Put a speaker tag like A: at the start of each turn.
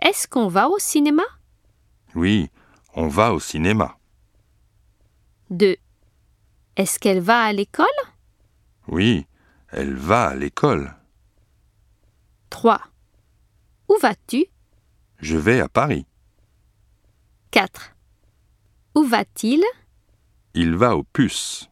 A: Est-ce qu'on va au cinéma
B: Oui, on va au cinéma.
A: 2. Est-ce qu'elle va à l'école
B: Oui, elle va à l'école.
A: 3. Où vas-tu
B: Je vais à Paris.
A: 4. Où va-t-il
B: Il va aux puces.